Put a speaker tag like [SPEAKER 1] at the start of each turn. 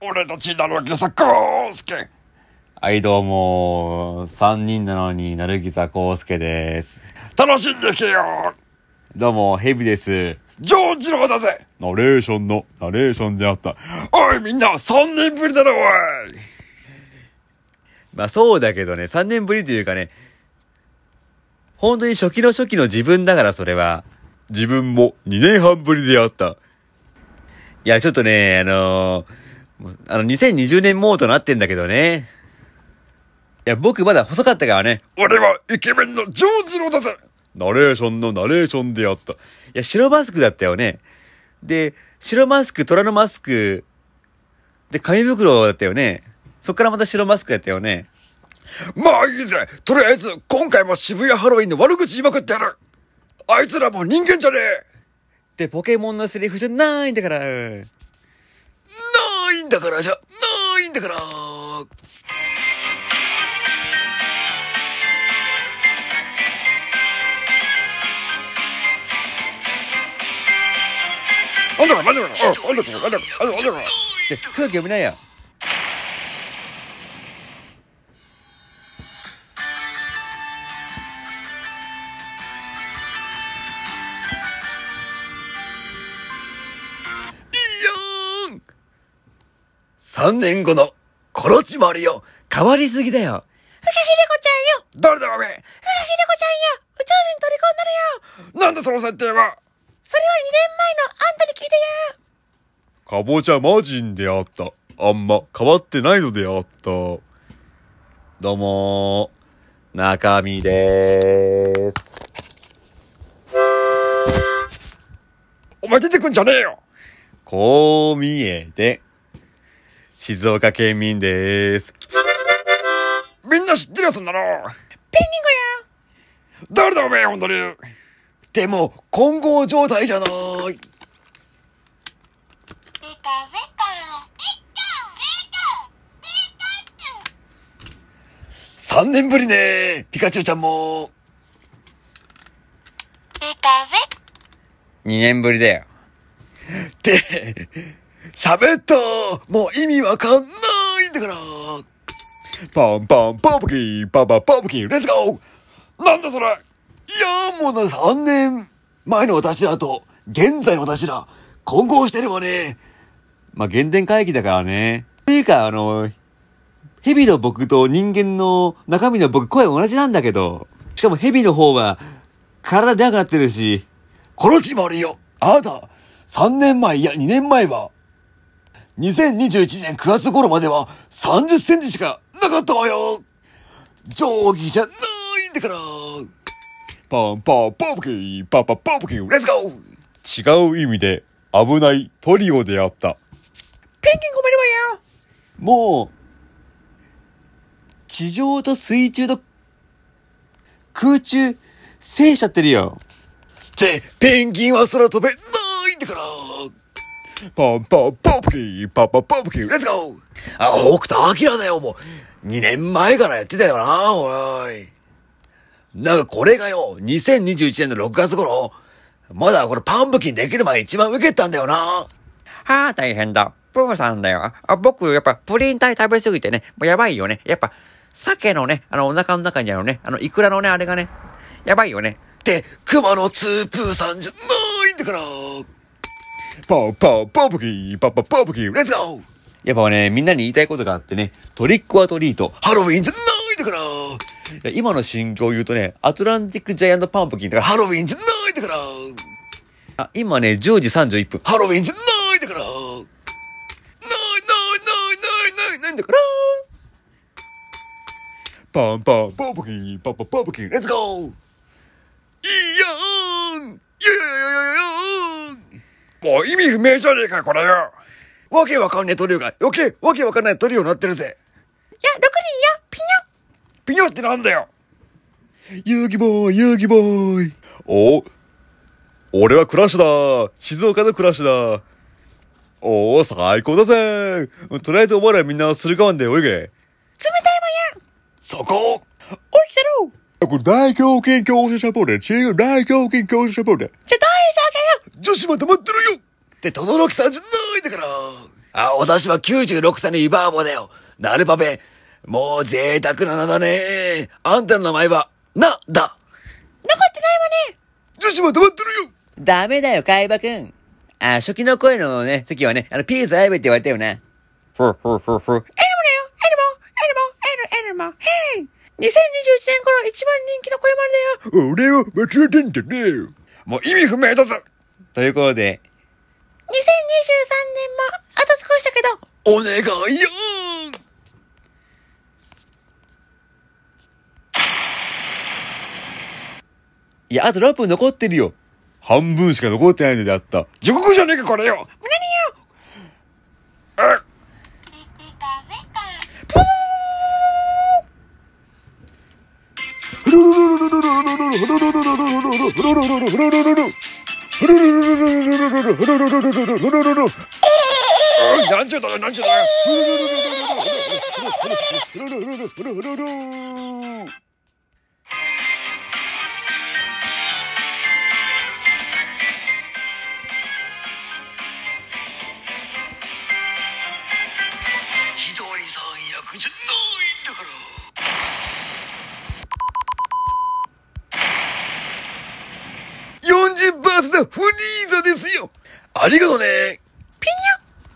[SPEAKER 1] 俺たちになるわけさ、コウスケ
[SPEAKER 2] はい、どうも、三人なのに、なるぎざこうすけです。
[SPEAKER 1] 楽しんでけよ
[SPEAKER 2] どうも、ヘビです。
[SPEAKER 1] ジョージローだぜ
[SPEAKER 2] ナレーションの、ナレーションであった。
[SPEAKER 1] おいみんな、3年ぶりだろおい
[SPEAKER 2] まあそうだけどね、3年ぶりというかね、本当に初期の初期の自分だからそれは。自分も2年半ぶりであった。いや、ちょっとね、あのーもうあの、2020年モードになってんだけどね。いや、僕まだ細かったからね、
[SPEAKER 1] 俺はイケメンのジョージローだぜ
[SPEAKER 2] ナレーションのナレーションであった。いや、白マスクだったよね。で、白マスク、虎のマスク、で、紙袋だったよね。そっからまた白マスクだったよね。
[SPEAKER 1] まあいいぜとりあえず、今回も渋谷ハロウィンの悪口言いまくってやるあいつらもう人間じゃねえ
[SPEAKER 2] で、ポケモンのセリフじゃないんだから。
[SPEAKER 1] ないんだからじゃないんだからなんだかなんだかなんだかなんだかなんだかなんだかなんだか
[SPEAKER 2] じゃ、空気読みないや。
[SPEAKER 1] いやーん3年後のコロチマリオ
[SPEAKER 2] 変わりすぎだよ。
[SPEAKER 3] ひでこちゃんよ
[SPEAKER 1] 誰だおめえ
[SPEAKER 3] あひでこちゃんよ宇宙人虜になるよ
[SPEAKER 1] なんだその設定は
[SPEAKER 3] それは2年前のあんたに聞いてよ
[SPEAKER 2] かぼちゃ魔人であった。あんま変わってないのであった。どうもー、中身でーす。
[SPEAKER 1] お前出てくんじゃねえよ
[SPEAKER 2] こう見えて、静岡県民です。
[SPEAKER 1] みんな知ってるやつなろ
[SPEAKER 3] ペンギンゴよ
[SPEAKER 1] 誰だおめえ本当にでも混合状態じゃない
[SPEAKER 3] ピカピカピカピカピカチュウ
[SPEAKER 1] 3年ぶりねピカチュウちゃんも
[SPEAKER 3] ピカピカ
[SPEAKER 2] 2年ぶりだよ。
[SPEAKER 1] って、喋ったもう意味わかんないんだから
[SPEAKER 2] パンパンパブキー、パパパブキー、レ
[SPEAKER 1] レ
[SPEAKER 2] ッ
[SPEAKER 1] ッツゴーなんだそれいやーもうな3年前の私らと現在の私ら混合してるわね。
[SPEAKER 2] まあ、原点回帰だからね。というか、あの、蛇の僕と人間の中身の僕、声同じなんだけど。しかも蛇の方は、体でかくなってるし、
[SPEAKER 1] コロチマリオ、あなた、3年前、いや2年前は、2021年9月頃までは30センチしかなかったわよ定規じゃないんだから
[SPEAKER 2] パンパンパブキー、パパパブキー、
[SPEAKER 1] レッツゴー
[SPEAKER 2] 違う意味で、危ないトリオであった。
[SPEAKER 3] ペンギンゴめるわよ
[SPEAKER 2] もう、地上と水中と空中制しちゃってるよ。
[SPEAKER 1] って、ペンギンは空飛べないんだから
[SPEAKER 2] パンパンパブキー、パパパブキー
[SPEAKER 1] レッツゴーあ、北斗晶だよ、もう。2年前からやってたよな、おい。なんかこれがよ、2021年の6月頃、まだこれパンプキンできる前一番受けたんだよな。
[SPEAKER 4] ああ、大変だ。プーさんだよ。あ僕、やっぱ、プリン体食べ過ぎてね、もうやばいよね。やっぱ、鮭のね、あの、お腹の中にあるね、あの、イクラのね、あれがね、やばいよね。
[SPEAKER 1] って、熊野ツープーさんじゃないんだから。
[SPEAKER 2] パンパンパブキー、パパパブキー
[SPEAKER 1] レッツゴー
[SPEAKER 2] やっぱね、みんなに言いたいことがあってね、トリックはトリート。
[SPEAKER 1] ハロウィンじゃないんだから。
[SPEAKER 2] いや今の心境を言うとね、アトランティックジャイアントパンプキンだか
[SPEAKER 1] ハロウィンじゃないんだから。
[SPEAKER 2] ら、あ今ね、10時31分。
[SPEAKER 1] ハロウィンじゃないんだから。ないないないないないないんだから。
[SPEAKER 2] パンパンパブキー、パパパブキー
[SPEAKER 1] レッツゴーいいやーんいやいやいやいやいやーんもう意味不明じゃねえか、これよわけわかんねえトリオが余計わけわかんないトリオになってるぜ
[SPEAKER 3] いや、6人よピニョ
[SPEAKER 1] ピニョってなんだよ
[SPEAKER 2] 遊戯ボーイ、遊戯ボーイ。お俺はクラッシュだ。静岡のクラッシュだ。おお、最高だぜ。とりあえずお前らみんな駿河湾で泳げ。
[SPEAKER 3] 冷たいわよ
[SPEAKER 1] そこ
[SPEAKER 3] おい、来てろ
[SPEAKER 2] これ大胸筋強制者ボール、チーム大胸筋強制者ボール。
[SPEAKER 3] じゃあ、大丈夫よ
[SPEAKER 1] 女子また待ってるよって、とどろきさんじゃないんだからあ、私は96歳の湯婆婆だよ。なるばべ。もう贅沢な名だね。あんたの名前は、な、だ。
[SPEAKER 2] 女子は黙ってるよ
[SPEAKER 4] ダメだよ、海馬くん。あ、初期の声のね、時はね、あの、ピースアイブって言われたよな。ふうふうふうふう。エルモだよ、エルモ、エルモ、エル、エルモ、ヘイ !2021 年頃一番人気の声までだよ
[SPEAKER 2] 俺を忘れてんだねもう意味不明だぞということで、
[SPEAKER 3] 2023年もあと少しだけど
[SPEAKER 1] お願いよ
[SPEAKER 2] いや、あと6分残ってるよ。半分しか残ってないのであった。地獄じゃねえか、これよ何十だよ、何十だよ
[SPEAKER 1] ひとりさん役じゃないんだから。
[SPEAKER 2] !40 バースだフリーザですよ
[SPEAKER 1] ありがとね。